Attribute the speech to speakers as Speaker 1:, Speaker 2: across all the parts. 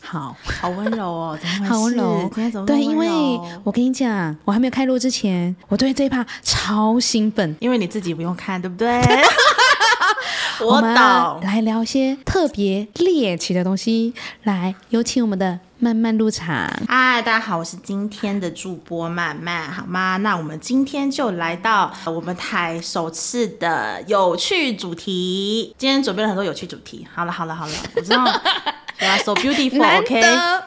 Speaker 1: 好。
Speaker 2: 好温柔哦，怎么回事
Speaker 1: 好温柔
Speaker 2: 今天怎么那
Speaker 1: 对，
Speaker 2: 么
Speaker 1: 因
Speaker 2: 温
Speaker 1: 为
Speaker 2: 柔
Speaker 1: 我跟你讲，我还没有开录之前，我对这一趴超兴奋。
Speaker 2: 因为你自己不用看，对不对？
Speaker 1: 我
Speaker 2: 我
Speaker 1: 们
Speaker 2: 懂。
Speaker 1: 来聊一些特别猎奇的东西。来，有请我们的慢慢入场。
Speaker 2: 嗨，大家好，我是今天的主播曼曼，好吗？那我们今天就来到呃我们台首次的有趣主题，今天准备了很多有趣主题。好了，好了，好了，我知道，You are so
Speaker 1: 难得
Speaker 2: beautiful，OK，、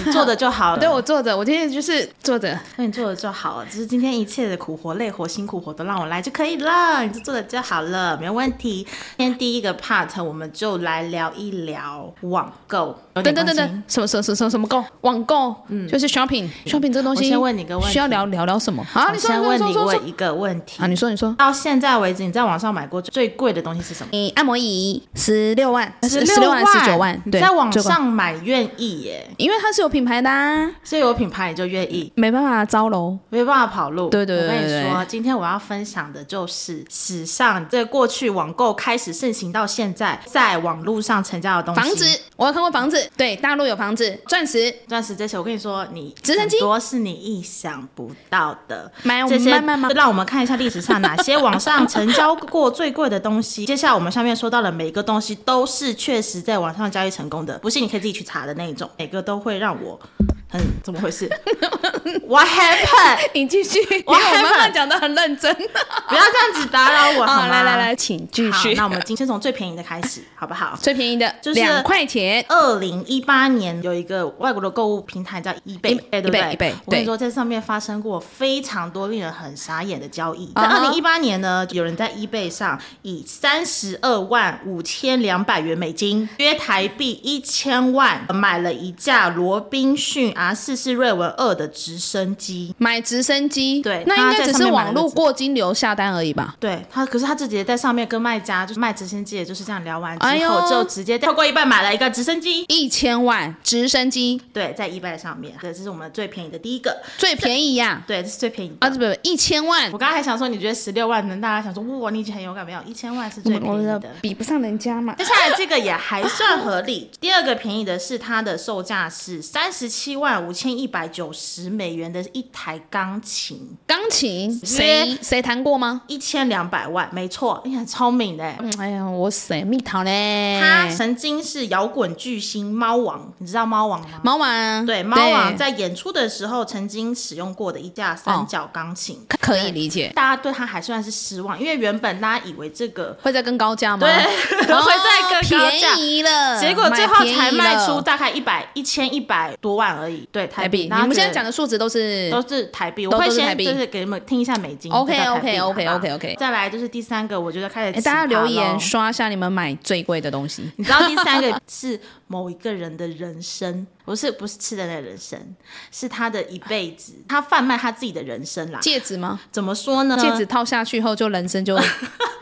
Speaker 2: 你做的就好了。
Speaker 1: 对我坐着，我今天就是坐着。
Speaker 2: 那你做的就好了，就是今天一切的苦活、累活、辛苦活都让我来就可以了，你就做的就好了，没有问题。今天第一个 part 我们就来聊一聊网购。有
Speaker 1: 等
Speaker 2: 点
Speaker 1: 等等
Speaker 2: 关
Speaker 1: 等
Speaker 2: 心，，
Speaker 1: 什么什么什么什么购？网购，嗯，就是 shopping。shopping 这东西，
Speaker 2: 我先问你个问题
Speaker 1: 需要聊聊聊什么？啊，
Speaker 2: 我
Speaker 1: 你说，
Speaker 2: 先
Speaker 1: 你
Speaker 2: 问
Speaker 1: 说
Speaker 2: 你
Speaker 1: 你说，
Speaker 2: 问一个问题
Speaker 1: 啊，。你说，你说。
Speaker 2: 到现在为止，你在网上买过最贵的东西是什么？
Speaker 1: 你按摩椅十六万，
Speaker 2: 16
Speaker 1: 16万、十九万，
Speaker 2: 你
Speaker 1: 对，
Speaker 2: 在网
Speaker 1: 最贵，
Speaker 2: 上买愿意耶，
Speaker 1: 因为它是有品牌的啊，
Speaker 2: 所以有品牌你就愿意。
Speaker 1: 没办法招楼。
Speaker 2: 没办法跑路。
Speaker 1: 对对对
Speaker 2: 我
Speaker 1: 对
Speaker 2: 跟
Speaker 1: 对
Speaker 2: 你说，今天我要分享的就是史上在过去网购开始盛行到现在，在网络上成交的东西。
Speaker 1: 房子，我有看过房子，对，大陆有房子，钻石
Speaker 2: 钻石这些，我跟你说，你
Speaker 1: 直升机
Speaker 2: 很多是你意想不到的。
Speaker 1: 买，我
Speaker 2: 这
Speaker 1: 们
Speaker 2: 些
Speaker 1: 慢慢吗？
Speaker 2: 让我们看一下历史上哪些网上成交过最贵的东西。接下来我们上面说到的每一个东西都是确实在网上交易成功的，不信你可以自己去查的那一种，
Speaker 1: 哎
Speaker 2: 每个都会让我很怎么 回事 ？What happened？
Speaker 1: 哎你继 续，
Speaker 2: 我
Speaker 1: 因为我
Speaker 2: 还
Speaker 1: 慢慢
Speaker 2: 蛮
Speaker 1: 讲的很认真。
Speaker 2: 不要这样子打扰我，好
Speaker 1: 好，
Speaker 2: 吗？
Speaker 1: 哦来来来，请继
Speaker 2: 好
Speaker 1: 续，。
Speaker 2: 那我们今天从最便宜的开始，好不好？
Speaker 1: 最便宜的
Speaker 2: 就是
Speaker 1: 两块钱，
Speaker 2: 二零一八年有一个外国的购物平台叫 eBay，对哎不对
Speaker 1: eBay，eBay，
Speaker 2: 我
Speaker 1: 对
Speaker 2: 跟你说，在上面发生过非常多令人很傻眼的交易。在
Speaker 1: 啊
Speaker 2: 二
Speaker 1: 哈
Speaker 2: 零一八年呢，有人在 eBay 上以三十二万五千两百元美金，约台币一千万，买了一架罗宾逊 R 四四瑞文二的直升机。
Speaker 1: 买直升机，
Speaker 2: 对
Speaker 1: 那应
Speaker 2: 他
Speaker 1: 该
Speaker 2: 在
Speaker 1: 只
Speaker 2: 上
Speaker 1: 是
Speaker 2: 面买
Speaker 1: 网
Speaker 2: 了
Speaker 1: 络
Speaker 2: 直
Speaker 1: 过金流下单而已吧？
Speaker 2: 对他，可是他自己在上面跟卖家，就是卖直升机的，就是这样聊完之
Speaker 1: 哎呦
Speaker 2: 后，就直接跳过一半买了一个直升机。
Speaker 1: 一千万直升机
Speaker 2: 对，在 eBay 上面，对，这是我们最便宜的第一个，
Speaker 1: 最便宜呀、
Speaker 2: 对，这是最便宜的。
Speaker 1: 啊！不不，一千万
Speaker 2: 我，刚才还想说，你觉得十六万能？大家想说，哇，你已经很勇敢，没有一千万是最
Speaker 1: 我
Speaker 2: 便宜
Speaker 1: 们
Speaker 2: 的。哎
Speaker 1: 比不上人家嘛
Speaker 2: 接。下来这个也还算合理。第二个便宜的是它的售价是三十七万五千一百九十美元的一台钢琴，
Speaker 1: 钢琴谁谁弹过吗？
Speaker 2: 一千两百万，没错，你很聪明的欸。
Speaker 1: 嗯，哎呀，我谁蜜桃嘞？
Speaker 2: 他曾经是摇滚巨星猫王，你知道猫王吗？
Speaker 1: 猫王
Speaker 2: 对，猫王在演出的时候曾经使用过的一架
Speaker 1: 哦
Speaker 2: 三角钢琴，
Speaker 1: 可可以理解，
Speaker 2: 大家对他还算是失望，因为原本大家以为这个
Speaker 1: 会再更高价吗？
Speaker 2: 对
Speaker 1: 哦
Speaker 2: 会再更高价
Speaker 1: 便宜了，
Speaker 2: 结果最后才卖
Speaker 1: 买便宜
Speaker 2: 出
Speaker 1: 了
Speaker 2: 大概一百一千一百多万而已，对台
Speaker 1: 台
Speaker 2: 币
Speaker 1: 币。。
Speaker 2: 然后
Speaker 1: 你们现在
Speaker 2: 觉得
Speaker 1: 讲的数值都是
Speaker 2: 都是台币，
Speaker 1: 都
Speaker 2: 我会
Speaker 1: 都是台
Speaker 2: 先
Speaker 1: 币
Speaker 2: 就是给你们听一下美金。
Speaker 1: OK，
Speaker 2: 再到台币
Speaker 1: OK，OK，
Speaker 2: 好不好
Speaker 1: OK，OK
Speaker 2: 再来就是第三个，我觉得开始
Speaker 1: 哎，
Speaker 2: 奇葩咯、
Speaker 1: 大家留言 刷一下你们买最贵的东西。
Speaker 2: 你知道第三个是某一个人的人生，不是不是吃人的人生，是他的一辈子，他贩卖他自己的人生啦。
Speaker 1: 戒指吗？
Speaker 2: 怎么说呢？
Speaker 1: 戒指套下去后，就人生 就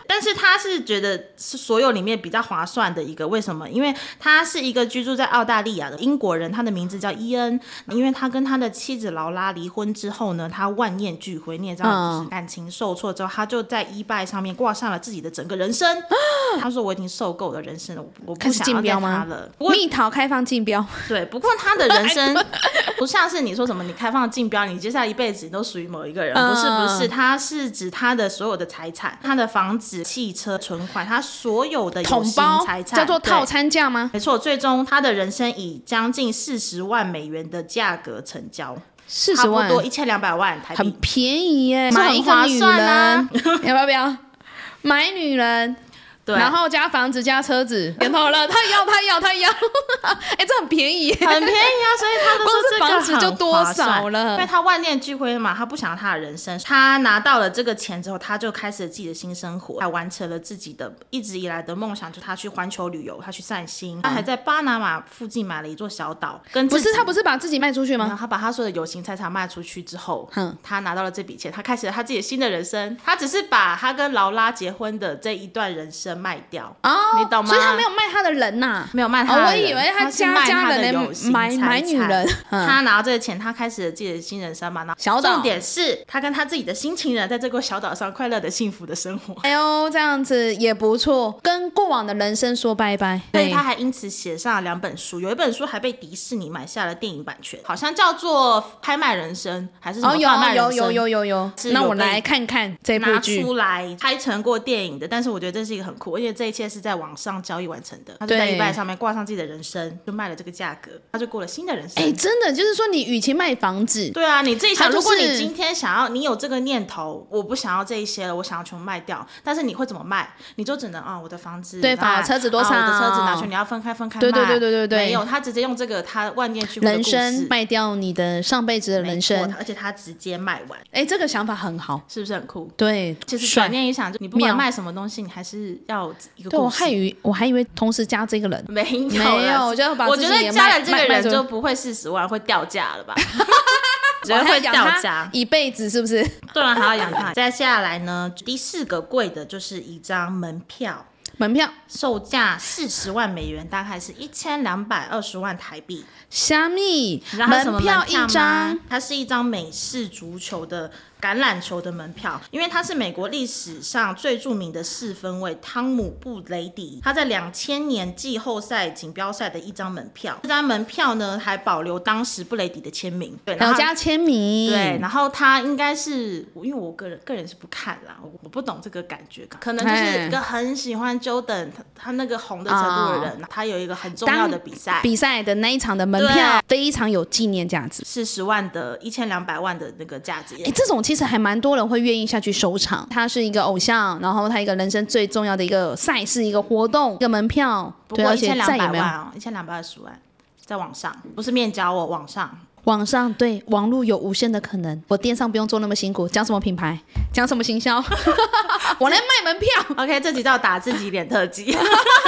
Speaker 2: 但是他是觉得是所有里面比较划算的一个，为什么？因为他是一个居住在澳大利亚的英国人，他的名字叫伊恩。因为他跟他的妻子劳拉离婚之后呢，他万念俱灰，你也知道，
Speaker 1: 嗯
Speaker 2: 就是感情受挫之后，他就在 eBay 上面挂上了自己的整个人生。他说：“我已经受够了人生了，我我
Speaker 1: 开
Speaker 2: 不
Speaker 1: 始
Speaker 2: 想
Speaker 1: 竞
Speaker 2: 要再
Speaker 1: 标
Speaker 2: 他
Speaker 1: 吗
Speaker 2: 了。”不过
Speaker 1: 蜜桃开放竞标，
Speaker 2: 对，不过他 的人
Speaker 1: 哎
Speaker 2: 生不像是你说什么你开放竞标，你接下来一辈子你都属于某一个人，不是
Speaker 1: 嗯
Speaker 2: 不是，他是指他的所有的财产，他的房子、汽车、存款，他所有的有
Speaker 1: 桶
Speaker 2: 形
Speaker 1: 包
Speaker 2: 财产
Speaker 1: 叫做
Speaker 2: 对
Speaker 1: 套餐价吗？
Speaker 2: 没错，最终他的人生以将近四十万美元的价格成交。
Speaker 1: 40
Speaker 2: 差不多
Speaker 1: 万
Speaker 2: 一千两百万台
Speaker 1: 很
Speaker 2: 币。
Speaker 1: 便宜耶，
Speaker 2: 买
Speaker 1: 是
Speaker 2: 一
Speaker 1: 很
Speaker 2: 个
Speaker 1: 划女
Speaker 2: 算
Speaker 1: 人，
Speaker 2: 啊
Speaker 1: 要不要不要买女人？
Speaker 2: 对，
Speaker 1: 然后加房子加车 子，点头了，他要他要他要， 哎、这很便宜耶，
Speaker 2: 很便宜啊，所以 他都说这个
Speaker 1: 光是房子就多少了
Speaker 2: 很划算因为他万念俱灰嘛，他不想他的人生，他拿到了这个钱之后，他就开始了自己的新生活，还完成了自己的一直以来的梦想，就他去环球旅游，他去散心，他还在巴拿马附近买了一座小岛，跟
Speaker 1: 嗯不
Speaker 2: 自
Speaker 1: 是
Speaker 2: 己
Speaker 1: 他不是把自己卖出去
Speaker 2: 然后
Speaker 1: 吗？
Speaker 2: 他把他所有的有形财产卖出去之后，
Speaker 1: 嗯
Speaker 2: 他拿到了这笔钱，他开始了他自己的新的人生。他只是把他跟劳拉结婚的这一段人生卖掉，
Speaker 1: 哦，
Speaker 2: 你懂吗
Speaker 1: 所以他没有卖他的人呐、
Speaker 2: 没有卖他的
Speaker 1: 哦，
Speaker 2: 人、
Speaker 1: 我以为
Speaker 2: 他是
Speaker 1: 家
Speaker 2: 卖
Speaker 1: 家
Speaker 2: 他
Speaker 1: 人
Speaker 2: 的
Speaker 1: 来
Speaker 2: 有形
Speaker 1: 买
Speaker 2: 财
Speaker 1: 买女
Speaker 2: 产
Speaker 1: 人，嗯
Speaker 2: 他拿到这个钱，他开始了自己的新人生嘛。然后
Speaker 1: 小岛
Speaker 2: 重点是他跟他自己的新情人在这个小岛上快乐的、幸福的生活。
Speaker 1: 哎呦，这样子也不错，跟过往的人生说拜拜。
Speaker 2: 所以他还因此写上了两本书，有一本书还被迪士尼买下了电影版权，好像叫做《拍卖人生》还是什么
Speaker 1: 哦，有
Speaker 2: 贩卖人
Speaker 1: 有
Speaker 2: 生
Speaker 1: 有有有有
Speaker 2: 是，
Speaker 1: 那
Speaker 2: 有
Speaker 1: 我
Speaker 2: 被
Speaker 1: 来看看这部
Speaker 2: 拿
Speaker 1: 剧。
Speaker 2: 出来拍成过电影的，但是我觉得这是一个很酷，而且这一切是在网上交易完成的。他就在
Speaker 1: 对
Speaker 2: 一拜上面挂上自己的人生，就卖了这个价格，他就过了新的人生。
Speaker 1: 哎、真的就是说，你与其卖房子，
Speaker 2: 对啊，你自己想，
Speaker 1: 他就
Speaker 2: 如
Speaker 1: 是
Speaker 2: 果你今天想要，你有这个念头，我不想要这一些了，我想要全部卖掉，但是你会怎么卖？你就只能啊，我的房子
Speaker 1: 对
Speaker 2: 卖
Speaker 1: 房车子多少
Speaker 2: 啊我的车子拿去，你要分开分开卖。
Speaker 1: 对对对对对对
Speaker 2: 没有，他直接用这个他万念俱灰的
Speaker 1: 人
Speaker 2: 故事
Speaker 1: 生卖掉你的上辈子的人
Speaker 2: 没
Speaker 1: 生
Speaker 2: 错，而且他直接卖完，
Speaker 1: 哎、这个想法很好。
Speaker 2: 是不是很酷？
Speaker 1: 对，
Speaker 2: 其实
Speaker 1: 帅
Speaker 2: 转念一想，就你不管
Speaker 1: 妙
Speaker 2: 卖什么东西，你还是要一个
Speaker 1: 对
Speaker 2: 故
Speaker 1: 我
Speaker 2: 事。
Speaker 1: 还以为我还以为同时加这个人，
Speaker 2: 没有啦
Speaker 1: 没有，我就把
Speaker 2: 我
Speaker 1: 自
Speaker 2: 觉
Speaker 1: 己
Speaker 2: 得
Speaker 1: 也
Speaker 2: 加
Speaker 1: 卖
Speaker 2: 了这个人就
Speaker 1: 卖卖出
Speaker 2: 不会四十万，会掉价 了吧？觉
Speaker 1: 我
Speaker 2: 得
Speaker 1: 还
Speaker 2: 会
Speaker 1: 要养
Speaker 2: 掉
Speaker 1: 他
Speaker 2: 价，
Speaker 1: 一辈子是不是？
Speaker 2: 对啊然还要养他。再下来呢，第四个贵的就是一张门票，
Speaker 1: 门票
Speaker 2: 售价四十万美元，大概是一千两百二十万台币。
Speaker 1: 虾米
Speaker 2: 你知道它是什么
Speaker 1: 票
Speaker 2: 吗
Speaker 1: 一张，，
Speaker 2: 它是一张美式足球的橄榄球的门票，因为它是美国历史上最著名的四分卫汤姆布雷迪，他在两千年季后赛锦标赛的一张门票。这张门票呢，还保留当时布雷迪的签名，对，
Speaker 1: 然
Speaker 2: 然后
Speaker 1: 后
Speaker 2: 它
Speaker 1: 加签名，
Speaker 2: 对，，然后他应该是，因为我个人个人是不看啦，我我不懂这个感觉，可能
Speaker 1: 哎
Speaker 2: 就是一个很喜欢 Jordan 他他那个红的程度的
Speaker 1: 哦
Speaker 2: 人，他有一个很重要的比赛，
Speaker 1: 比赛的那一场的门票非常有纪念价值。
Speaker 2: 四十万的、一千两百万的那个价值，
Speaker 1: 哎，这种其实还蛮多人会愿意下去收藏。他是一个偶像，然后他一个人生最重要的一个赛事、一个活动、一个门票，
Speaker 2: 不
Speaker 1: 对，
Speaker 2: 过
Speaker 1: 而
Speaker 2: 一
Speaker 1: 且
Speaker 2: 千两
Speaker 1: 再也
Speaker 2: 百
Speaker 1: 没有
Speaker 2: 万哦，一千两百二十万，在网上，不是面交哦，网上。
Speaker 1: 网上对网络有无限的可能，我电商不用做那么辛苦。讲什么品牌，讲什么行 销，我来卖门票。
Speaker 2: OK，这集叫打自己脸 特辑。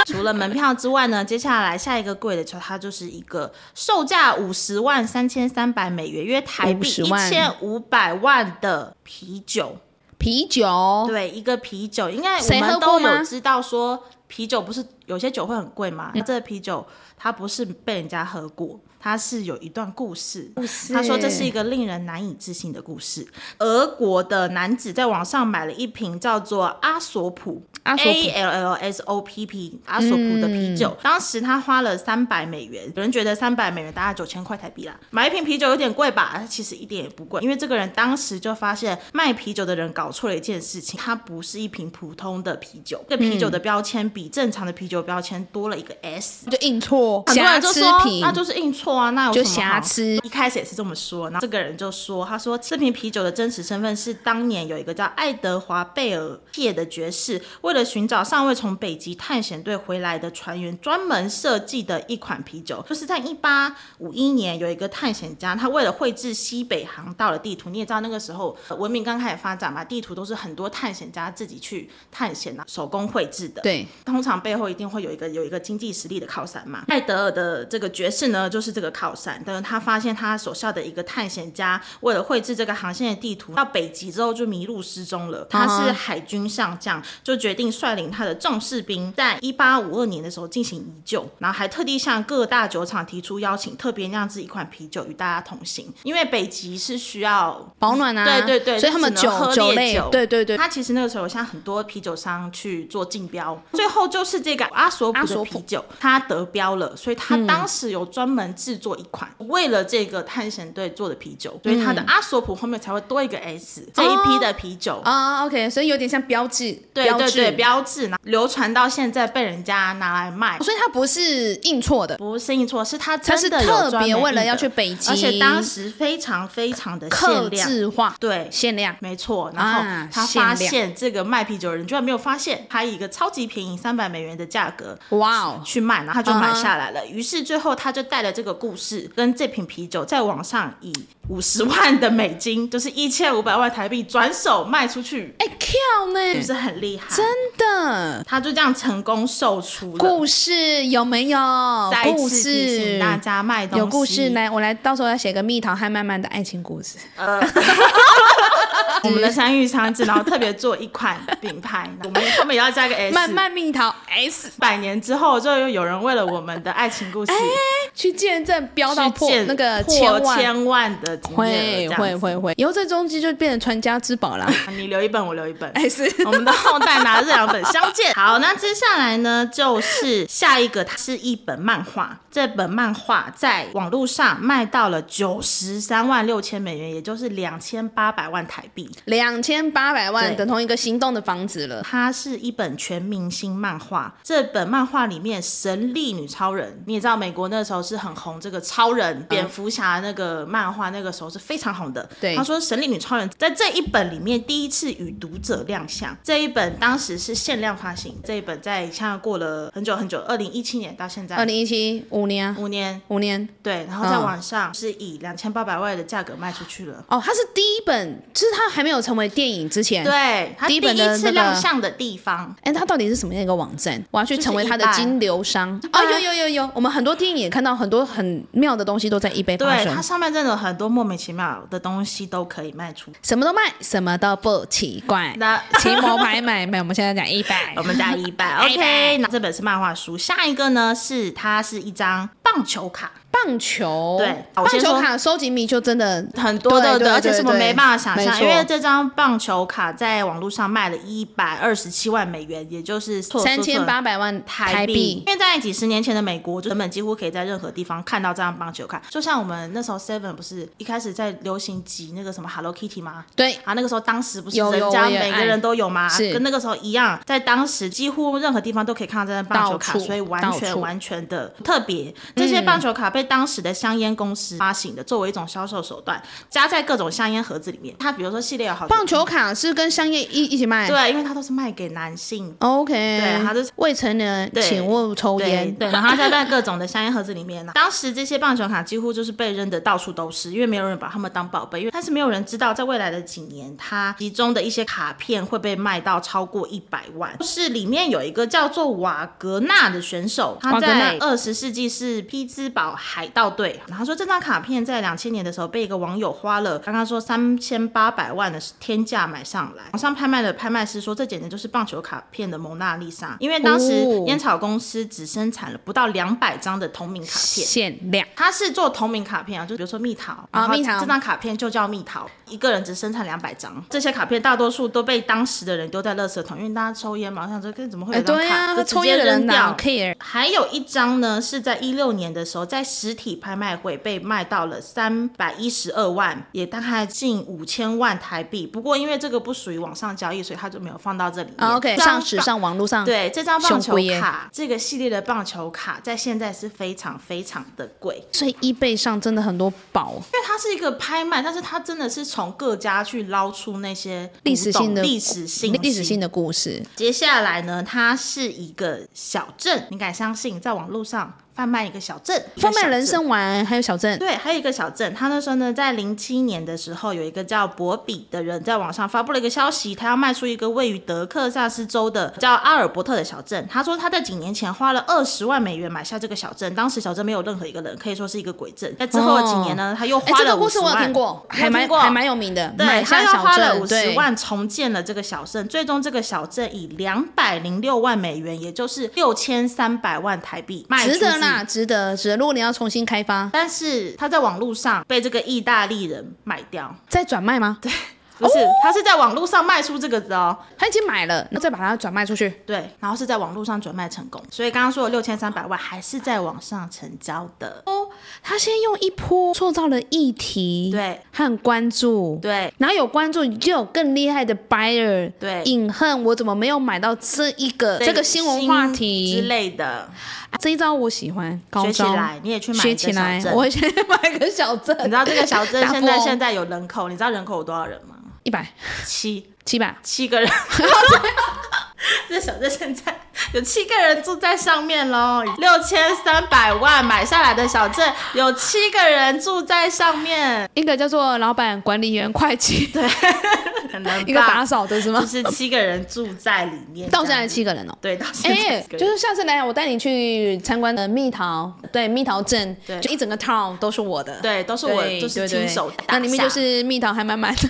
Speaker 2: 除了门票之外呢，接下来下一个贵的球，它就是一个售价五十万三千三百美元，约台币
Speaker 1: 50
Speaker 2: 一
Speaker 1: 万
Speaker 2: 千五百万的啤酒。
Speaker 1: 啤酒，
Speaker 2: 对，一个啤酒，应该
Speaker 1: 谁
Speaker 2: 我
Speaker 1: 喝
Speaker 2: 们
Speaker 1: 过
Speaker 2: 都
Speaker 1: 吗
Speaker 2: 有知道说，啤酒不是有些酒会很贵
Speaker 1: 嗯
Speaker 2: 嘛？这个啤酒它不是被人家喝过，它是有一段故事。他说这是一个令人难以置信的故事。俄国的男子在网上买了一瓶叫做阿索普
Speaker 1: 阿索普
Speaker 2: A L L S O P P 阿索普的啤酒，当时他花了三百美元，有人觉得三百美元大概九千块台币啦，买一瓶啤酒有点贵吧？其实一点也不贵，因为这个人当时就发现卖啤酒的人搞错了一件事情，它不是一瓶普通的啤酒，这啤酒的标签比正常的啤酒标签多了一个 S。
Speaker 1: 就硬错，
Speaker 2: 很多
Speaker 1: 瑕
Speaker 2: 人就
Speaker 1: 疵
Speaker 2: 说
Speaker 1: 品，
Speaker 2: 那就是硬错啊，那有
Speaker 1: 就
Speaker 2: 什么
Speaker 1: 瑕
Speaker 2: 好
Speaker 1: 疵
Speaker 2: 一开始也是这么说，然后这个人就说，他说这瓶啤酒的真实身份是当年有一个叫爱德华贝尔谢的爵士，为了寻找尚未从北极探险队回来的船员，专门设计的一款啤酒。就是在一八五一年，有一个探险家，他为了绘制西北航道的地图，你也知道那个时候呃文明刚开始发展嘛，地图都是很多探险家自己去探险啊，手工绘制的。
Speaker 1: 对，
Speaker 2: 通常背后一定会有一个有一个经济实力的靠山嘛。艾德尔的这个爵士呢，就是这个靠山。但是他发现他手下的一个探险家，为了绘制这个航线的地图，到北极之后就迷路失踪了。他是海军上将，就决定率领他的众士兵，在一八五二年的时候进行营救，然后还特地向各大酒厂提出邀请，特别酿制一款啤酒与大家同行，因为北极是需要
Speaker 1: 保暖啊，
Speaker 2: 对对对，
Speaker 1: 所以他们
Speaker 2: 只能喝
Speaker 1: 酒酒
Speaker 2: 烈
Speaker 1: 类，对对对，
Speaker 2: 他其实那个时候像很多啤酒商去做竞标，最后就是这个阿索
Speaker 1: 阿
Speaker 2: 普
Speaker 1: 索
Speaker 2: 的
Speaker 1: 普
Speaker 2: 啤酒，它得标了，所以它当时有专门制作一款、
Speaker 1: 嗯
Speaker 2: 为了这个探险队做的啤酒，所以它的阿索普后面才会多一个 S。这
Speaker 1: 哦
Speaker 2: 一批的啤酒，
Speaker 1: 啊，OK，所以有点像标志，
Speaker 2: 对对对，
Speaker 1: 标
Speaker 2: 标志，然后流传到现在被人家拿来卖
Speaker 1: 志，。所以它不是印错的，
Speaker 2: 不是印错，是它
Speaker 1: 它
Speaker 2: 真
Speaker 1: 是
Speaker 2: 的有
Speaker 1: 特
Speaker 2: 专门
Speaker 1: 别为了
Speaker 2: 印
Speaker 1: 要
Speaker 2: 的
Speaker 1: 去北京，
Speaker 2: 而且当时非常非常的
Speaker 1: 刻
Speaker 2: 限量，
Speaker 1: 制化，
Speaker 2: 对，
Speaker 1: 限量，
Speaker 2: 没错，
Speaker 1: 啊
Speaker 2: 然后他发
Speaker 1: 限
Speaker 2: 现这个卖啤酒的人居然没有发现，他以一个超级便宜三百美元的价格
Speaker 1: 哇哦，嗯
Speaker 2: 去卖，然后他就买下来了。于是最后他就带了这个故事跟这瓶啤酒，在网上以五十万的美金，就是一千五百万台币转手卖出去，
Speaker 1: 哎跳
Speaker 2: 是不
Speaker 1: 呢，
Speaker 2: 是很厉害？
Speaker 1: 真的。
Speaker 2: 他就这样成功售出了。
Speaker 1: 故事有没有？
Speaker 2: 再一
Speaker 1: 故
Speaker 2: 次提
Speaker 1: 事
Speaker 2: 醒大家卖东西
Speaker 1: 有故事，来，我来到时候要写个蜜桃和慢慢的爱情故事。
Speaker 2: 啊我们的山芋长子，然后特别做一款 品牌，我们他们也要加个 S。
Speaker 1: 慢慢蜜桃 S
Speaker 2: 百年之后，就又有人为了我们的爱情故事
Speaker 1: 去见证飙哎到
Speaker 2: 去
Speaker 1: 破
Speaker 2: 见
Speaker 1: 那个
Speaker 2: 破
Speaker 1: 千万，
Speaker 2: 千万的经
Speaker 1: 会
Speaker 2: 验了，这
Speaker 1: 会
Speaker 2: 样子啊
Speaker 1: 会会，以后这东西就变成传家之 宝啦。
Speaker 2: 你留一本，我留一本。
Speaker 1: 哎是，
Speaker 2: 我们的后代拿这两本相见。好，那接下来呢，就是下一个，它是一本漫画。这本漫画在网络上卖到了九十三万六千美元，也就是两千八百万台币。
Speaker 1: 两千八百万
Speaker 2: 对
Speaker 1: 等同一个行动的房子了。
Speaker 2: 它是一本全明星漫画。这本漫画里面，神力女超人，你也知道，美国那时候是很红这个超人、蝙蝠侠那个漫画，那个时候是非常红的。
Speaker 1: 对
Speaker 2: 他说神力女超人在这一本里面第一次与读者亮相。这一本当时是限量发行，这一本在现在过了很久很久，二零一七年到现
Speaker 1: 二
Speaker 2: 在
Speaker 1: 零一七五年啊，
Speaker 2: 五年，
Speaker 1: 五年
Speaker 2: 对，然后在
Speaker 1: 嗯
Speaker 2: 网上是以两千八百万的价格卖出去了。
Speaker 1: 哦，它是第一本，就是它还没有成为电影之前。
Speaker 2: 对，它
Speaker 1: 第
Speaker 2: 第
Speaker 1: 一
Speaker 2: 一
Speaker 1: 本的那
Speaker 2: 次
Speaker 1: 个
Speaker 2: 亮相的地方，
Speaker 1: 哎，它到底是什么样一个网站？我要去
Speaker 2: 就是
Speaker 1: 成为它的
Speaker 2: 一般
Speaker 1: 金流商。哦，有有有有，我们很多电影也看到很多很妙的东西都在一杯发
Speaker 2: 对，
Speaker 1: 生
Speaker 2: 它。上面真的有很多莫名其妙的东西都可以卖出。
Speaker 1: 什么都卖，什么都不奇怪。
Speaker 2: 那
Speaker 1: 骑摩牌买卖，我们现在讲一百
Speaker 2: 我。们加一 半
Speaker 1: 一百
Speaker 2: ，OK。那这本是漫画书，下一个呢是它是一张棒球卡，
Speaker 1: 棒球，
Speaker 2: 对
Speaker 1: 棒
Speaker 2: 我先
Speaker 1: 球
Speaker 2: 说
Speaker 1: 卡收集迷就真的
Speaker 2: 很多的
Speaker 1: 对对
Speaker 2: 而且
Speaker 1: 对
Speaker 2: 是我们
Speaker 1: 对
Speaker 2: 没办法想
Speaker 1: 没
Speaker 2: 象，
Speaker 1: 错
Speaker 2: 因为这张棒球卡在网络上卖了一百二十七万美元，也就是
Speaker 1: 三千八。百万
Speaker 2: 台
Speaker 1: 台
Speaker 2: 币
Speaker 1: 币，，
Speaker 2: 因为在几十年前的美国，就根本几乎可以在任何地方看到这张棒球卡。就像我们那时候 Seven 不是一开始在流行集那个什么 Hello Kitty 吗？
Speaker 1: 对，
Speaker 2: 啊，那个时候当时不是
Speaker 1: 有有
Speaker 2: 人家
Speaker 1: 我也
Speaker 2: 每
Speaker 1: 爱
Speaker 2: 个人都有吗？
Speaker 1: 是
Speaker 2: 跟那个时候一样，在当时几乎任何地方都可以看到这张棒球
Speaker 1: 到
Speaker 2: 卡，
Speaker 1: 处
Speaker 2: 所以完
Speaker 1: 到
Speaker 2: 全
Speaker 1: 处嗯
Speaker 2: 完全的特别。这些棒球卡被当时的香烟公司发行的，作为一种销售手段，加在各种香烟盒子里面。它比如说系列有好多
Speaker 1: 棒球卡是跟香叶一一起卖。
Speaker 2: 对，因为它都是卖给男性。
Speaker 1: ，OK，
Speaker 2: 对它是
Speaker 1: 未成年，
Speaker 2: 对
Speaker 1: 请勿抽
Speaker 2: 对
Speaker 1: 烟。
Speaker 2: 对，然后它在在各种的香烟盒子里面啊 呢。当时这些棒球卡几乎就是被扔的到处都是，因为没有人把它们当宝贝，因为但是没有人知道在未来的几年，它其中的一些卡片会被卖到超过一百万。就是里面有一个叫做瓦格纳的选手，
Speaker 1: 瓦
Speaker 2: 他
Speaker 1: 格纳
Speaker 2: 在二十世纪是匹兹堡海盗队。然后说这张卡片在两千年的时候被一个网友花了刚刚说三千八百万的天价买上来，网上拍卖的拍卖师说这简直就是棒球卡片的蒙娜丽莎，因为当时
Speaker 1: 哦
Speaker 2: 烟草公司只生产了不到两百张的同名卡片。
Speaker 1: 限量，
Speaker 2: 它是做同名卡片啊，就比如说蜜桃
Speaker 1: 啊
Speaker 2: 然后
Speaker 1: 蜜桃
Speaker 2: 这张卡片就叫蜜桃，一个人只生产两百张。这些卡片大多数都被当时的人丢在垃圾桶，因为大家抽烟嘛，我想说跟怎么会
Speaker 1: 哎，
Speaker 2: 有张
Speaker 1: 对
Speaker 2: 卡、
Speaker 1: 呀，
Speaker 2: 就直
Speaker 1: 抽
Speaker 2: 接
Speaker 1: 烟的人
Speaker 2: 扔
Speaker 1: 哪
Speaker 2: 掉。
Speaker 1: care？
Speaker 2: 还有一张呢，是在一六年的时候，在实体拍卖会被卖到了三百一十二万，也大概近五千万台币。不过因为这个不属于网上交易，所以它就没有放到这里面。
Speaker 1: 啊 OK，
Speaker 2: 这张
Speaker 1: 上时尚网络上，
Speaker 2: 对，这张棒
Speaker 1: 熊
Speaker 2: 球
Speaker 1: 贵耶
Speaker 2: 卡，这个系列的棒球卡在现在是非常非常的贵，因
Speaker 1: 所以 eBay 上真的很多宝，
Speaker 2: 为它是一个拍卖，但是它真的是从各家去捞出那些古
Speaker 1: 历史性
Speaker 2: 董
Speaker 1: 的
Speaker 2: 历史性、
Speaker 1: 历史性。的故事，
Speaker 2: 接下来呢，它是一个小镇，你敢相信，在网络上贩卖一个小镇，一个
Speaker 1: 贩卖
Speaker 2: 小
Speaker 1: 人
Speaker 2: 镇
Speaker 1: 生丸，还有小镇，
Speaker 2: 对，还有一个小镇，他那时候呢，在零七年的时候，有一个叫博比的人在网上发布了一个消息，他要卖出一个位于德克萨斯州的叫阿尔伯特的小镇。他说他在几年前花了二十万美元买下这个小镇，当时小镇没有任何一个人，可以说是一个鬼镇。在之后的几年呢，他又
Speaker 1: 哎，
Speaker 2: 花
Speaker 1: 这
Speaker 2: 了
Speaker 1: 个故
Speaker 2: 五
Speaker 1: 事
Speaker 2: 十
Speaker 1: 我
Speaker 2: 万，
Speaker 1: 有听过，
Speaker 2: 你
Speaker 1: 还蛮
Speaker 2: 听过
Speaker 1: 还蛮有名的，
Speaker 2: 对，
Speaker 1: 买
Speaker 2: 他
Speaker 1: 下
Speaker 2: 又
Speaker 1: 小
Speaker 2: 花了
Speaker 1: 镇，
Speaker 2: 五十
Speaker 1: 对，
Speaker 2: 万重建了这个小镇，最终这个小镇以两百零六万美元，也就是六千三百万台币卖出
Speaker 1: 值
Speaker 2: 去。
Speaker 1: 得啦，值得，值得。如果你要重新开发，
Speaker 2: 但是他在网络上被这个意大利人买掉，
Speaker 1: 再转卖吗？
Speaker 2: 不是，他是在网络上卖出这个的哦。
Speaker 1: 他已经买了，那再把它转卖出去。
Speaker 2: 对，然后是在网络上转卖成功，所以刚刚说的六千三百万还是在网上成交的。
Speaker 1: 哦他先用一波创造了议题，
Speaker 2: 对，
Speaker 1: 和关注，
Speaker 2: 对，
Speaker 1: 然后有关注，你就有更厉害的 buyer，
Speaker 2: 对
Speaker 1: 隐恨我怎么没有买到这一个
Speaker 2: 对
Speaker 1: 这个新闻话题
Speaker 2: 之类的，
Speaker 1: 啊这一招我喜欢，高
Speaker 2: 学起
Speaker 1: 招，
Speaker 2: 来，你也去买
Speaker 1: 学
Speaker 2: 一个
Speaker 1: 起
Speaker 2: 小
Speaker 1: 来，
Speaker 2: 镇
Speaker 1: 我会先买个小镇，
Speaker 2: 你知道这个小镇
Speaker 1: 打
Speaker 2: 现在
Speaker 1: 破
Speaker 2: 现在有人口，你知道人口有多少人吗？
Speaker 1: 一百
Speaker 2: 七
Speaker 1: 七百，
Speaker 2: 七个人。 这小镇现在有七个人住在上面喽，六千三百万买下来的小镇有七个人住在上面，
Speaker 1: 一个叫做老板、管理员、会计，对，
Speaker 2: 很能
Speaker 1: 一个打
Speaker 2: 吧？
Speaker 1: 扫的是
Speaker 2: 就
Speaker 1: 吗？
Speaker 2: 是七个人住在里面，
Speaker 1: 到现
Speaker 2: 这
Speaker 1: 在
Speaker 2: 样子
Speaker 1: 七个人 哦。
Speaker 2: 对，到现在
Speaker 1: 哎、
Speaker 2: 七个人
Speaker 1: 就是下次来，我带你去参观的蜜桃，对，蜜桃镇，
Speaker 2: 对
Speaker 1: 就一整个 town 都是我的，
Speaker 2: 对，都是我
Speaker 1: 对，
Speaker 2: 就是
Speaker 1: 对
Speaker 2: 亲手
Speaker 1: 对
Speaker 2: 打
Speaker 1: 那里面
Speaker 2: 下
Speaker 1: 就是蜜桃还满满的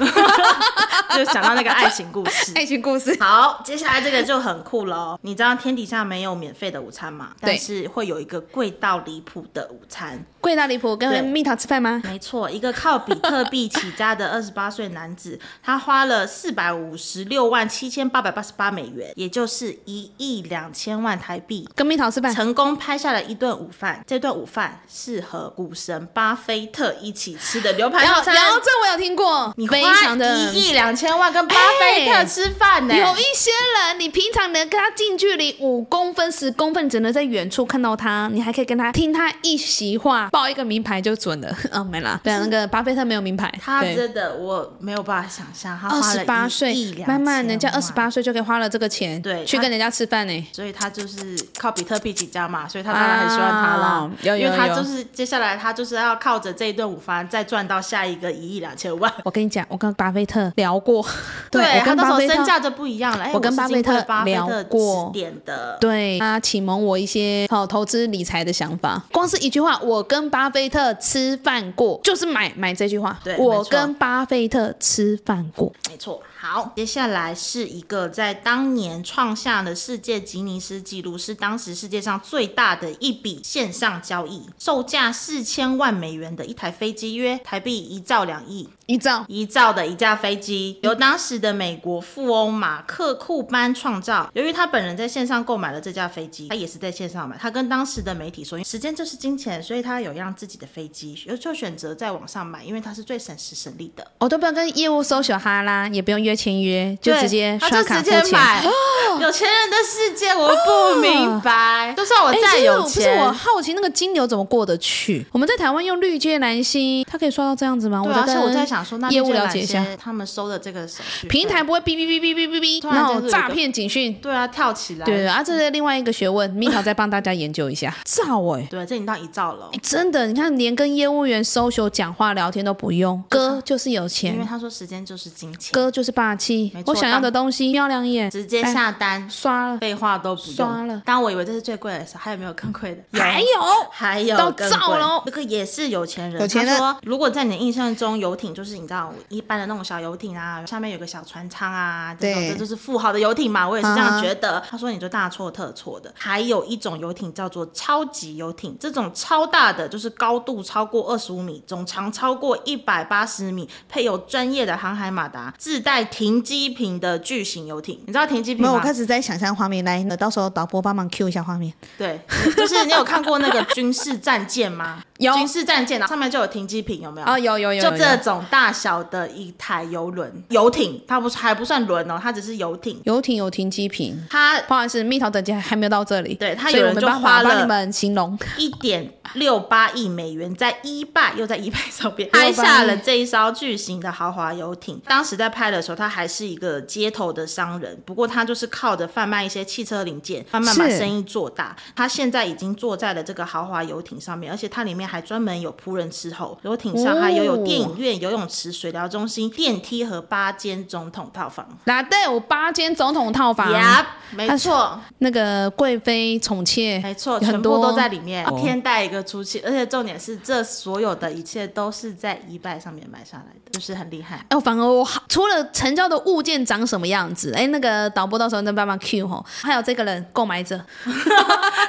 Speaker 2: 就想到那个爱情故 事。
Speaker 1: 爱情故事。
Speaker 2: 好，接下来这个就很酷喽。你知道天底下没有免费的午餐嘛？
Speaker 1: 对
Speaker 2: 但是会有一个贵到离谱的午餐。
Speaker 1: 贵到离谱，
Speaker 2: 对
Speaker 1: 跟蜜桃吃饭吗？
Speaker 2: 没错，一个靠比特币起家的二十八岁男子，他花了四百五十六万七千八百八十八美元，也就是一亿两千万台币，
Speaker 1: 跟蜜桃吃饭，
Speaker 2: 成功拍下了一顿午饭。这顿午饭是和股神巴菲特一起吃的牛排
Speaker 1: 然
Speaker 2: 套
Speaker 1: 后
Speaker 2: 餐。
Speaker 1: 然后这我有听过
Speaker 2: 你，
Speaker 1: 非
Speaker 2: 花
Speaker 1: 常的
Speaker 2: 一。亿两千万跟巴菲特
Speaker 1: 哎
Speaker 2: 吃饭呢、
Speaker 1: 有一些人，你平常能跟他近距离五公分、十公分，只能在远处看到他，你还可以跟他听他一席话，报一个名牌就准 了。嗯，没啦。对啊，那个巴菲特没有名牌，
Speaker 2: 哦他
Speaker 1: 对
Speaker 2: 真的我没有办法想象，他
Speaker 1: 二
Speaker 2: 花
Speaker 1: 十
Speaker 2: 了
Speaker 1: 八
Speaker 2: 一亿
Speaker 1: 岁，
Speaker 2: 两
Speaker 1: 慢慢
Speaker 2: 千
Speaker 1: 人家
Speaker 2: 万
Speaker 1: 二十八，岁就可以花了这个钱，
Speaker 2: 对
Speaker 1: 去
Speaker 2: 他
Speaker 1: 跟人家吃饭呢。
Speaker 2: 所以他就是靠比特币起家嘛，所以他当然很喜欢他啦，
Speaker 1: 啊有
Speaker 2: 因为
Speaker 1: 有
Speaker 2: 他
Speaker 1: 有
Speaker 2: 就是接下来他就是要靠着这一顿午饭再赚到下一个一亿两千 万。
Speaker 1: 我跟你讲，我跟巴菲特聊过， 我
Speaker 2: 他
Speaker 1: 跟
Speaker 2: 那时
Speaker 1: 巴
Speaker 2: 候
Speaker 1: 菲特
Speaker 2: 身价就不一样了。哎
Speaker 1: 我跟
Speaker 2: 是
Speaker 1: 巴
Speaker 2: 经
Speaker 1: 菲
Speaker 2: 过
Speaker 1: 特
Speaker 2: 巴菲
Speaker 1: 聊
Speaker 2: 特
Speaker 1: 过
Speaker 2: 指点的，
Speaker 1: 对他启蒙我一些好投资理财的想法。光是一句话，我跟巴菲特吃饭过，就是买买这句话
Speaker 2: 对。没
Speaker 1: 我
Speaker 2: 错
Speaker 1: 跟巴菲特吃饭过，
Speaker 2: 没错。好，接下来是一个在当年创下了世界吉尼斯纪录，是当时世界上最大的一笔线上交易，售价四千万美元的一台飞机约台币一兆两亿，
Speaker 1: 一兆。
Speaker 2: 一造的一架飞机，由当时的美国富翁马克库班创造。由于他本人在线上购买了这架飞机，他也是在线上买。他跟当时的媒体说，时间就是金钱，所以他有让自己的飞机，就就选择在网上买，因为它是最省时省力的。
Speaker 1: 哦我都不用跟业务搜小哈啦，也不用约签约，就直接
Speaker 2: 对
Speaker 1: 刷
Speaker 2: 他
Speaker 1: 卡
Speaker 2: 就
Speaker 1: 付
Speaker 2: 直接
Speaker 1: 钱。哦哎
Speaker 2: 买。有钱人的世界我不明白，就算我
Speaker 1: 哎
Speaker 2: 再
Speaker 1: 真的
Speaker 2: 有
Speaker 1: 不是我
Speaker 2: 钱，
Speaker 1: 好奇那个金流怎么过得去？我们在台湾用绿界蓝心，它可以刷到这样子吗？
Speaker 2: 对啊，
Speaker 1: 在
Speaker 2: 而且
Speaker 1: 跟
Speaker 2: 我在想说，那
Speaker 1: 业务
Speaker 2: 就
Speaker 1: 了
Speaker 2: 哪
Speaker 1: 解一
Speaker 2: 些
Speaker 1: 下，
Speaker 2: 他们收的这个手续费
Speaker 1: 平台不会哔哔哔哔哔哔
Speaker 2: 突
Speaker 1: 哔，
Speaker 2: 然
Speaker 1: 那
Speaker 2: 间就有
Speaker 1: 种
Speaker 2: 一
Speaker 1: 诈
Speaker 2: 个
Speaker 1: 骗警讯。
Speaker 2: 对啊，跳起来，
Speaker 1: 对对啊，这是另外一个 学问，蜜桃再帮大家研究一下。造
Speaker 3: 欸
Speaker 1: 哎、
Speaker 2: 对，这已经到一兆了。
Speaker 1: 真的，你看，连跟业务员 social 讲话聊天都不用，哥就是有
Speaker 2: 因为
Speaker 1: 钱，
Speaker 2: 他说时间就是金钱，
Speaker 1: 哥就是霸气
Speaker 2: 没，错
Speaker 1: 我想要的东西瞄两眼，
Speaker 2: 直接
Speaker 1: 哎
Speaker 2: 下单，
Speaker 1: 刷了，
Speaker 2: 废话都不用。
Speaker 1: 刷了
Speaker 2: 当我以为这是最贵的时候，还有没有更贵的？
Speaker 1: 还有
Speaker 2: 还有
Speaker 1: 到
Speaker 2: 更
Speaker 1: 照
Speaker 2: 贵
Speaker 1: 喽
Speaker 2: 这个也是有钱人。
Speaker 1: 有钱人
Speaker 2: 他说，如果在你的印象中，游艇就是你知道一般的那种小游艇啊，下面有个小船舱啊，这种
Speaker 1: 对
Speaker 2: 这就是富豪的游艇嘛，我也是这
Speaker 1: 啊
Speaker 2: 样
Speaker 1: 哈
Speaker 2: 觉得。他说你就大错特错的。还有一种游艇叫做超级游艇，这种超大的就是高度超过二十五米，总长超过一百八十米，配有专业的航海马达，自带停机坪的巨型游艇。你知道停机坪
Speaker 3: 没有，我
Speaker 2: 吗？
Speaker 3: 开始在想象画面，来，到时候导播帮忙 Q 一下画面。
Speaker 2: 对，就是你有看过那个军事战舰吗？
Speaker 1: 有
Speaker 2: 军事战舰，然后上面就有停机坪，有没有？
Speaker 1: 啊，有有有，
Speaker 2: 就
Speaker 1: 有
Speaker 2: 这
Speaker 1: 有
Speaker 2: 种大小的一台游轮、游艇，它不是还不算轮哦，它只是游艇。
Speaker 1: 游艇有停机坪。
Speaker 2: 它
Speaker 1: 不好意思，蜜桃等级还还没有到这里，
Speaker 2: 对他
Speaker 1: 所以
Speaker 2: 有
Speaker 1: 我
Speaker 2: 人
Speaker 1: 没
Speaker 2: 就
Speaker 1: 办
Speaker 2: 花
Speaker 1: 法帮
Speaker 2: 了
Speaker 1: 你们形容，
Speaker 2: 一点六八亿美元在一拜又在一拜上边拍下了这一艘巨型的豪华游艇。当时在拍的时候，他还是一个街头的商人，不过他就是靠着贩卖一些汽车零件，慢慢把
Speaker 1: 是
Speaker 2: 生意做大。他现在已经坐在了这个豪华游艇上面，而且它里面还专门有仆人伺候。游艇上还有有电影院、游泳池、水疗中心、电梯和八间总统套房。
Speaker 1: 哪队有八间总统套房，
Speaker 2: 呀，没错，
Speaker 1: 那个贵妃宠妾，
Speaker 2: 没错，
Speaker 1: 有
Speaker 2: 全
Speaker 1: 很多
Speaker 2: 部都在里面，
Speaker 1: 哦
Speaker 2: 一天带一个出去，而且重点是，这所有的一切都是在一拜上面买下来的，就是很厉 害。
Speaker 1: 哎，反而我好除了成交的物件长什么样子，哎，那个导播到时候再帮忙 Q 吼，还有这个人购买者，哎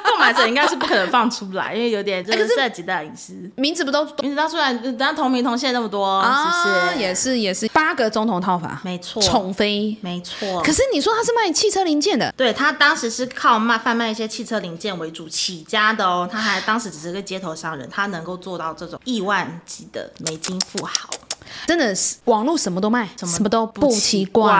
Speaker 2: 购买者应该是不可能放出来，因为有点就是涉及到隐反思。
Speaker 1: 名字不都
Speaker 2: 你知道，虽然人家同名同姓那么多，是不是？
Speaker 1: 啊也哦是也是八个总统套房，
Speaker 2: 没错，
Speaker 1: 宠妃。
Speaker 2: 没错。
Speaker 1: 可是你说他是卖汽车零件的，
Speaker 2: 对他当时是靠卖贩卖一些汽车零件为主起家的哦，他还当时只是个街头商人，他能够做到这种亿万级的美金富豪，
Speaker 1: 真的是网络什么都卖，什么都不奇
Speaker 2: 怪。
Speaker 1: 怪。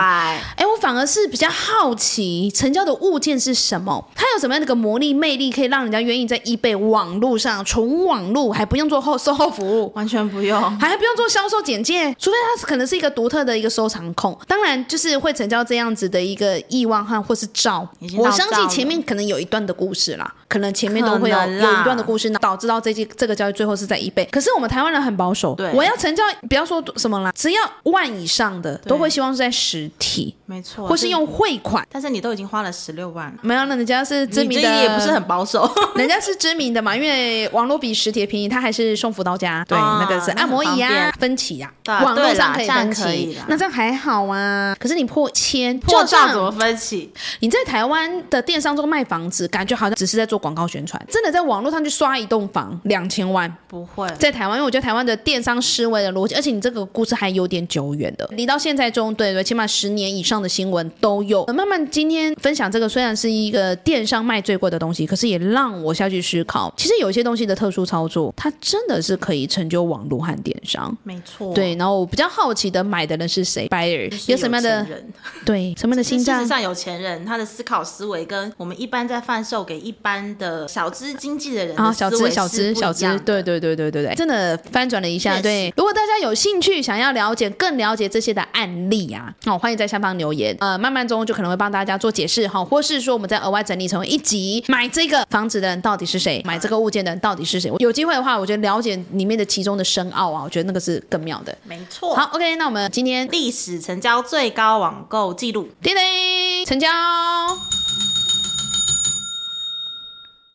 Speaker 1: 哎，我反而是比较好奇成交的物件是什么，它有什么样的一个魔力魅力，可以让人家愿意在 eBay 网络上纯网络，还不用做后售后服务，
Speaker 2: 完全不用。
Speaker 1: 还不用做销售简介，除非它可能是一个独特的一个收藏控。当然，就是会成交这样子的一个亿万汉或是兆
Speaker 2: 已。经到
Speaker 1: 我
Speaker 2: 兆
Speaker 1: 相信前
Speaker 2: 了
Speaker 1: 面可能有一段的故事啦，可能前面都会有
Speaker 2: 可
Speaker 1: 有
Speaker 2: 能啦
Speaker 1: 一段的故事，导致到这件这个交易最后是在 eBay。可是我们台湾人很保守，
Speaker 2: 对
Speaker 1: 我要成交，不要说什么啦，只要万以上的都
Speaker 2: 对
Speaker 1: 会希望是在实体，
Speaker 2: 没错，
Speaker 1: 或是用汇款。
Speaker 2: 但是你都已经花了十六万，
Speaker 1: 没有，那人家是知
Speaker 2: 你
Speaker 1: 名
Speaker 2: 这
Speaker 1: 的，
Speaker 2: 也不是很保守。
Speaker 1: 人家是知名的嘛，因为网络比实体便宜，它还是送福到家，对，
Speaker 2: 啊
Speaker 1: 那个是按摩椅
Speaker 2: 那很方
Speaker 1: 啊
Speaker 2: 便，
Speaker 1: 分期呀、
Speaker 2: 对啊
Speaker 1: 网络上可以分
Speaker 2: 对啦这样可以
Speaker 1: 期
Speaker 2: 啦，
Speaker 1: 那这样还好啊。可是你破千，
Speaker 2: 破
Speaker 1: 就
Speaker 2: 照
Speaker 1: 算
Speaker 2: 怎么分析？
Speaker 1: 你在台湾的电商中卖房子，感觉好像只是在做广告宣传，真的在网络上去刷一栋房两千万。
Speaker 2: 不会，
Speaker 1: 在台湾，因为我觉得台湾的电商思维的逻辑，而且你这个故事还有点久远的，离到现在中，对对，起码十年以上的新闻都有。慢慢今天分享这个，虽然是一个电商卖最贵的东西，可是也让我下去思考，其实有些东西的特殊操作，它真的是可以成就网络和电商。
Speaker 2: 没错。
Speaker 1: 对，然后我比较好奇的买的人是谁，buyer
Speaker 2: 是
Speaker 1: 有
Speaker 2: 有
Speaker 1: 什么样
Speaker 2: 钱
Speaker 1: 的
Speaker 2: 人？
Speaker 1: 对什么样的
Speaker 2: 其
Speaker 1: 心
Speaker 2: 实事
Speaker 1: 脏
Speaker 2: 实？上，有钱人他的思考思维跟我们一般在贩售给一般的小资经纪的人
Speaker 1: 啊，
Speaker 2: 的
Speaker 1: 小
Speaker 2: 思
Speaker 1: 资
Speaker 2: 维
Speaker 1: 小
Speaker 2: 是
Speaker 1: 资
Speaker 2: 不
Speaker 1: 小
Speaker 2: 一
Speaker 1: 资
Speaker 2: 样，的
Speaker 1: 对对对对对对，真的翻转了一下。
Speaker 2: 确
Speaker 1: 对
Speaker 2: 实，
Speaker 1: 如果大家有兴趣想要了解更了解这些的案例啊，好、欢迎在下方留言。呃，慢慢中就可能会帮大家做解释哈、或是说我们再额外整理成为一集，买这个房子的人到底是谁，买这个物件的人到底是谁。有机会的话，我觉得了解里面的其中的深奥啊，我觉得那个是更妙的。
Speaker 2: 没错。
Speaker 1: 好，，OK，那我们今天
Speaker 2: 历史成交最高网购记录。
Speaker 1: 叮叮成交。